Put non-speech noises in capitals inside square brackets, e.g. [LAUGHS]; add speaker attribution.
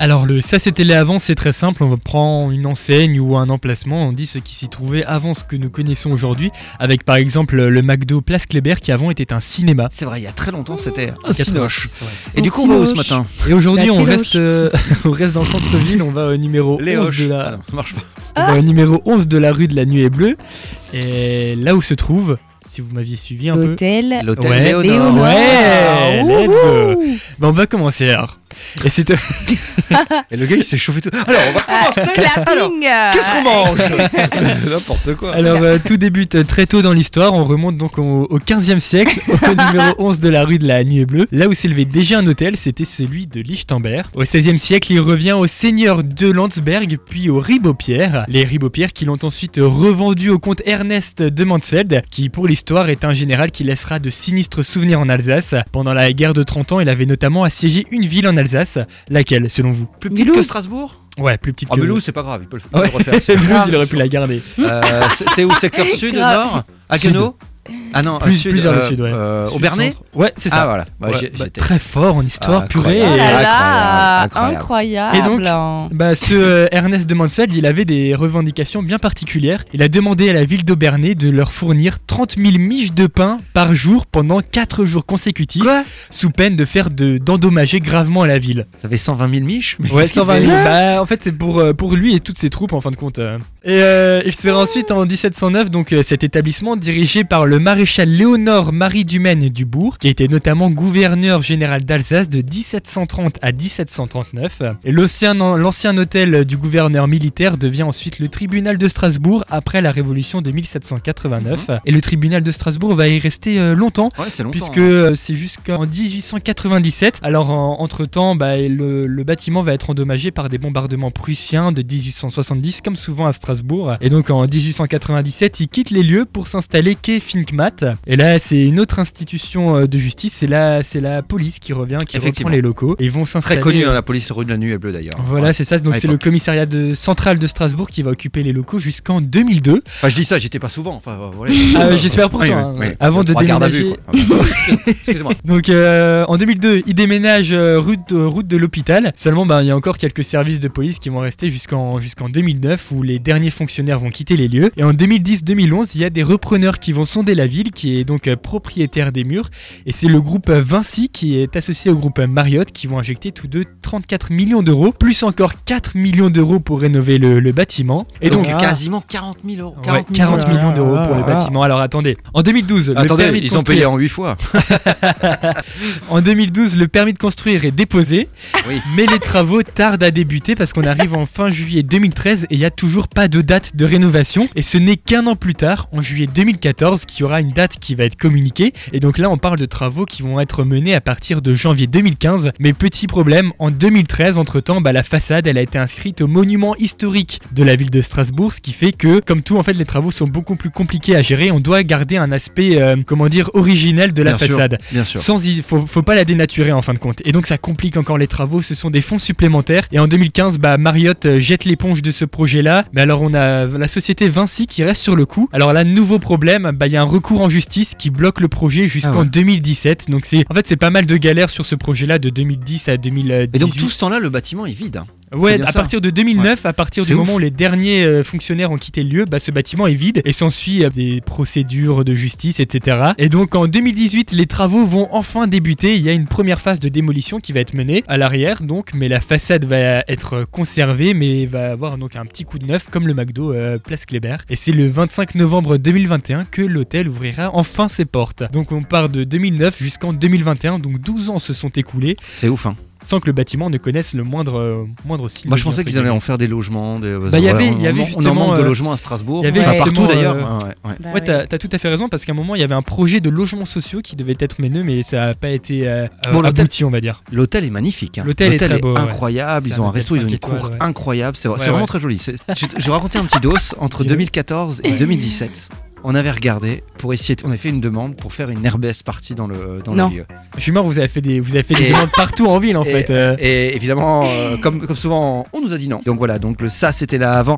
Speaker 1: Alors le ça c'était les avant c'est très simple, on prend une enseigne ou un emplacement, on dit ce qui s'y trouvait avant ce que nous connaissons aujourd'hui, avec par exemple le McDo Place Kléber qui avant était un cinéma.
Speaker 2: C'est vrai, il y a très longtemps, c'était
Speaker 1: En
Speaker 2: un cinoche.
Speaker 1: 86, ouais, c'est ça.
Speaker 2: Et
Speaker 3: Un
Speaker 2: du coup, on va où ce
Speaker 3: cinoche.
Speaker 2: matin
Speaker 1: Et aujourd'hui
Speaker 3: La
Speaker 1: on
Speaker 3: téloche.
Speaker 1: reste, euh, [LAUGHS] on reste dans le centre-ville, on va au numéro 11
Speaker 2: Léoche.
Speaker 1: de la...
Speaker 2: Ah non, ça marche pas.
Speaker 1: On va au numéro 11 de la rue de la Nuée Bleue. Et là où se trouve, si vous m'aviez suivi un peu.
Speaker 3: L'hôtel
Speaker 2: L'hôtel
Speaker 1: Ouais.
Speaker 2: Léonard.
Speaker 3: Léonard.
Speaker 1: Ouais, let's
Speaker 3: Wouhou.
Speaker 1: Bah, on va commencer alors. Et c'est
Speaker 2: Et le gars, il s'est chauffé tout. Alors, on va commencer. Alors,
Speaker 3: Ah, Clapping.
Speaker 2: qu'est-ce qu'on [LAUGHS] mange N'importe quoi.
Speaker 1: alors euh, tout débute euh, très tôt dans l'histoire. On remonte donc au, au 15e siècle, au numéro 11 de la rue de la Nuée Bleue. Là où s'élevait déjà un hôtel, c'était celui de Lichtenberg. Au 16e siècle, il revient au seigneur de Landsberg, puis aux Ribaupierre. Les Ribaupierre qui l'ont ensuite euh, revendu au comte Ernest de Mansfeld, qui pour l'histoire est un général qui laissera de sinistres souvenirs en Alsace. Pendant la guerre de 30 ans, il avait notamment assiégé une ville en Alsace. Laquelle, selon vous
Speaker 2: Plus petit que
Speaker 3: Mulhouse.
Speaker 2: Strasbourg
Speaker 1: Ouais, plus petite
Speaker 2: Ah,
Speaker 1: que
Speaker 2: Mulhouse, c'est pas grave, il peut le il peut
Speaker 1: Ouais.
Speaker 2: le refaire. [LAUGHS] c'est
Speaker 1: [LAUGHS]
Speaker 2: pas
Speaker 1: Mulhouse,
Speaker 2: grave,
Speaker 1: il aurait pu
Speaker 2: sûr.
Speaker 1: la garder.
Speaker 2: Euh, c'est- c'est où secteur sud,
Speaker 3: Grave.
Speaker 2: nord À Guenot Ah non,
Speaker 1: Plus-
Speaker 2: euh, sud,
Speaker 1: plus vers le
Speaker 2: euh,
Speaker 1: sud, ouais.
Speaker 2: euh,
Speaker 1: Sud,
Speaker 2: au Bernay
Speaker 1: centre. Ouais, c'est
Speaker 2: Ah
Speaker 1: ça.
Speaker 2: voilà, Bah,
Speaker 1: Ouais,
Speaker 2: j'ai-
Speaker 1: bah,
Speaker 2: j'étais-
Speaker 1: très fort en histoire,
Speaker 2: Ah,
Speaker 1: purée.
Speaker 3: Oh là là,
Speaker 2: Incroyable,
Speaker 3: incroyable.
Speaker 1: Et donc,
Speaker 3: hein.
Speaker 1: Bah, ce euh, Ernest de Mansfeld, il avait des revendications bien particulières. Il a demandé à la ville d'Aubernay de leur fournir 30 000 miches de pain par jour pendant 4 jours consécutifs,
Speaker 2: Quoi
Speaker 1: sous peine de faire de- d'endommager gravement la ville.
Speaker 2: Ça fait 120 000 miches mais
Speaker 1: Ouais,
Speaker 2: qu'est-ce qu'il
Speaker 1: 120
Speaker 2: fait
Speaker 1: 000. Bah, en fait, c'est pour, euh, pour lui et toutes ses troupes, en fin de compte. euh. Et euh, il sera ensuite en 1709, donc euh, cet établissement dirigé par le maréchal Léonore Marie Dumaine et Dubourg, qui était notamment gouverneur général d'Alsace de 1730 à 1739. Et l'ancien l'ancien hôtel du gouverneur militaire devient ensuite le tribunal de Strasbourg après la révolution de 1789. Et le tribunal de Strasbourg va y rester euh, longtemps
Speaker 2: Ouais, c'est longtemps. hein.
Speaker 1: puisque euh, c'est jusqu'en 1897. Alors en- entre-temps, bah, le, le bâtiment va être endommagé par des bombardements prussiens de 1870, comme souvent à Strasbourg. Et donc en 1897, il quitte les lieux pour s'installer quai Finkmat. Et là, c'est une autre institution euh, de justice, c'est la, c'est la police qui revient, qui reprend
Speaker 2: Effectivement.
Speaker 1: les locaux. Et ils vont s'installer...
Speaker 2: Très connu, hein, la police rue de la nuit est bleue d'ailleurs.
Speaker 1: Voilà,
Speaker 2: Ouais.
Speaker 1: c'est ça. Donc
Speaker 2: À
Speaker 1: c'est le
Speaker 2: l'époque.
Speaker 1: commissariat de, central de Strasbourg qui va occuper les locaux jusqu'en 2002.
Speaker 2: Enfin, je dis ça, j'étais pas souvent. Enfin, euh, voilà.
Speaker 1: Ah, euh, j'espère pour
Speaker 2: Oui,
Speaker 1: toi,
Speaker 2: oui,
Speaker 1: hein.
Speaker 2: oui.
Speaker 1: Avant de
Speaker 2: Pour la garde à
Speaker 1: déménager-
Speaker 2: vue, quoi.
Speaker 1: [LAUGHS]
Speaker 2: Excusez-moi.
Speaker 1: Donc euh, en 2002, il déménage euh, route, de- route de l'hôpital. Seulement, ben, il y a encore quelques services de police qui vont rester jusqu'en jusqu'en 2009 où les derniers fonctionnaires vont quitter les lieux. Et en 2010-2011, il y a des repreneurs qui vont sonder la ville, qui est donc euh, propriétaire des murs. Et c'est le groupe euh, Vinci qui est associé au groupe euh, Marriott qui vont injecter tous deux 34 millions d'euros, plus encore 4 millions d'euros pour rénover le, le bâtiment. Et donc, ah.
Speaker 2: donc, quasiment 40 000 euros.
Speaker 1: ouais,
Speaker 2: 40 000
Speaker 1: 40 millions d'euros pour le
Speaker 3: Ah, ah, ah.
Speaker 1: bâtiment. Alors attendez, en 2012, le
Speaker 2: Attendez,
Speaker 1: permis de
Speaker 2: ils ont
Speaker 1: construire-
Speaker 2: payé en
Speaker 1: [LAUGHS]
Speaker 2: 8 fois.
Speaker 1: en 2012, le permis de construire est déposé,
Speaker 2: Oui.
Speaker 1: mais les travaux tardent à débuter parce qu'on arrive en fin juillet 2013 et il n'y a toujours pas de date de rénovation. Et ce n'est qu'un an plus tard, en juillet 2014, qu'il y aura une date qui va être communiquée. Et donc là, on parle de travaux qui vont être menés à partir de janvier 2015. Mais petit problème, en 2013, entre-temps, bah, la façade, elle a été inscrite au monument historique de la ville de Strasbourg, ce qui fait que, comme tout, en fait, les travaux sont beaucoup plus compliqués à gérer. On doit garder un aspect, euh, comment dire, originel de la
Speaker 2: Bien sûr.
Speaker 1: façade.
Speaker 2: Bien sûr.
Speaker 1: Sans y- faut, faut pas la dénaturer en fin de compte. Et donc ça complique encore les travaux, ce sont des fonds supplémentaires. Et en 2015, bah, Marriott euh, jette l'éponge de ce projet-là. Mais alors on a la société Vinci qui reste sur le coup. Alors là, nouveau problème, bah, il y a un recours en justice qui bloque le projet jusqu'en
Speaker 2: Ah ouais.
Speaker 1: 2017. Donc c'est, en fait, c'est pas mal de galères sur ce projet-là de 2010 à 2018.
Speaker 2: Et donc, tout ce temps-là, le bâtiment est vide. hein. c'est
Speaker 1: Ouais,
Speaker 2: bien
Speaker 1: à
Speaker 2: ça.
Speaker 1: partir de 2009, à partir
Speaker 2: C'est
Speaker 1: du
Speaker 2: ouf.
Speaker 1: moment où les derniers euh, fonctionnaires ont quitté le lieu, bah, ce bâtiment est vide et s'ensuit euh, des procédures de justice, etc. Et donc en 2018, les travaux vont enfin débuter. Il y a une première phase de démolition qui va être menée à l'arrière, donc, mais la façade va être conservée, mais va avoir donc un petit coup de neuf comme le McDo euh, Place Kléber. Et c'est le 25 novembre 2021 que l'hôtel ouvrira enfin ses portes. Donc on part de 2009 jusqu'en 2021, donc 12 ans se sont écoulés
Speaker 2: C'est ouf. Hein.
Speaker 1: sans que le bâtiment ne connaisse le moindre, euh, moindre signe.
Speaker 2: Moi,
Speaker 1: de
Speaker 2: je
Speaker 1: vie,
Speaker 2: pensais
Speaker 1: entre
Speaker 2: qu'ils allaient
Speaker 1: guillemets.
Speaker 2: en faire des logements. Des...
Speaker 1: Bah, il y avait-
Speaker 2: on-
Speaker 1: il y avait
Speaker 2: on- On en
Speaker 1: justement,
Speaker 2: manque de
Speaker 1: euh,
Speaker 2: logements à Strasbourg.
Speaker 1: il y avait
Speaker 2: Enfin, partout
Speaker 1: justement,
Speaker 2: d'ailleurs.
Speaker 1: euh,
Speaker 2: Ouais, ouais, ouais.
Speaker 3: Bah
Speaker 1: Ouais, t'as t'as tout à fait raison, parce qu'à un moment, il y avait un projet de logements sociaux qui devait être mené, mais ça n'a pas été euh,
Speaker 2: Bon,
Speaker 1: euh,
Speaker 2: l'hôtel-
Speaker 1: abouti, on va dire.
Speaker 2: L'hôtel est magnifique. hein.
Speaker 1: L'hôtel est très beau, ouais.
Speaker 2: incroyable.
Speaker 1: C'est
Speaker 2: Ils ont
Speaker 1: un
Speaker 2: un
Speaker 1: hôtel
Speaker 2: resto, ils ont
Speaker 1: cinq
Speaker 2: une
Speaker 1: étoiles,
Speaker 2: cour
Speaker 1: ouais.
Speaker 2: incroyable. C'est
Speaker 1: Ouais,
Speaker 2: c'est
Speaker 1: ouais.
Speaker 2: vraiment très joli. C'est- Je, je vais raconter un petit dos. Entre
Speaker 1: Dis-le.
Speaker 2: 2014 et 2017, on avait regardé pour essayer. On avait fait une demande pour faire une herbe partie dans le dans
Speaker 3: Non.
Speaker 2: le lieu.
Speaker 1: Je suis mort, vous avez fait des, vous avez fait des
Speaker 2: Et-
Speaker 1: demandes partout en ville, en
Speaker 2: [LAUGHS] et-
Speaker 1: fait. euh.
Speaker 2: Et évidemment, euh, comme, comme souvent, on nous a dit non. Donc voilà, donc le ça c'était là avant.